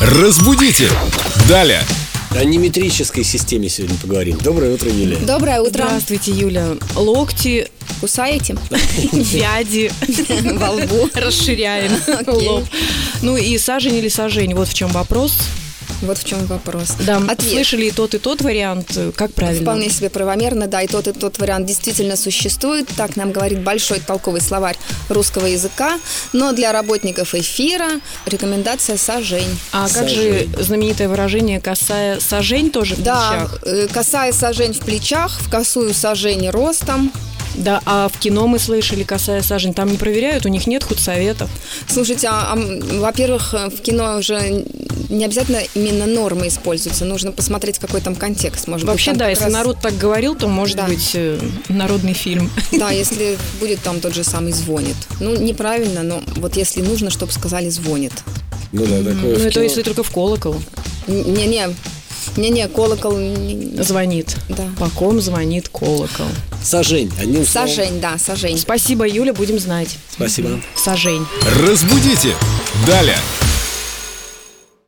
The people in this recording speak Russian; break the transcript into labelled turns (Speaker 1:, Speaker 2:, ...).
Speaker 1: Разбудите! Далее!
Speaker 2: О неметрической системе сегодня поговорим. Доброе утро, Юлия.
Speaker 3: Доброе утро.
Speaker 4: Здравствуйте, Юля. Локти,
Speaker 3: Кусаете?
Speaker 4: пряди
Speaker 3: Во лбу.
Speaker 4: расширяем лоб. Ну и сажень или сажень, вот в чем вопрос.
Speaker 3: Вот в чем вопрос.
Speaker 4: Да,
Speaker 3: Ответ.
Speaker 4: слышали и тот, и тот вариант, э, как правильно?
Speaker 3: Вполне себе правомерно, да, и тот, и тот вариант действительно существует, так нам говорит большой толковый словарь русского языка, но для работников эфира рекомендация сажень.
Speaker 4: А как же
Speaker 2: Сажень.
Speaker 4: знаменитое выражение «касая сажень» тоже в
Speaker 3: Да,
Speaker 4: плечах?
Speaker 3: э, косая сажень в плечах, в косую сажень ростом.
Speaker 4: Да, а в кино мы слышали «касая сажень». Там не проверяют, у них нет худсоветов.
Speaker 3: Слушайте, а, а, м, во-первых, э, в кино уже не обязательно именно нормы используются, нужно посмотреть, какой там контекст. Может
Speaker 4: Вообще,
Speaker 3: быть, Ну, там
Speaker 4: да,
Speaker 3: как
Speaker 4: если
Speaker 3: раз-
Speaker 4: народ так говорил, то может
Speaker 3: Да.
Speaker 4: быть э, народный фильм.
Speaker 3: Да, если будет там тот же самый звонит. Ну, неправильно, но вот если нужно, чтобы сказали звонит.
Speaker 2: Ну да, такое.
Speaker 4: Ну,
Speaker 2: в
Speaker 4: это
Speaker 2: кино.
Speaker 4: если только в колокол
Speaker 3: Н- Не-не, не-не, колокол, не-
Speaker 4: звонит.
Speaker 3: да.
Speaker 4: По ком звонит колокол?
Speaker 2: Сажень, одним словом.
Speaker 3: Сажень, да, сажень.
Speaker 4: Спасибо, Юля, будем знать.
Speaker 2: Спасибо.
Speaker 4: Сажень.
Speaker 1: Разбудите! Далее!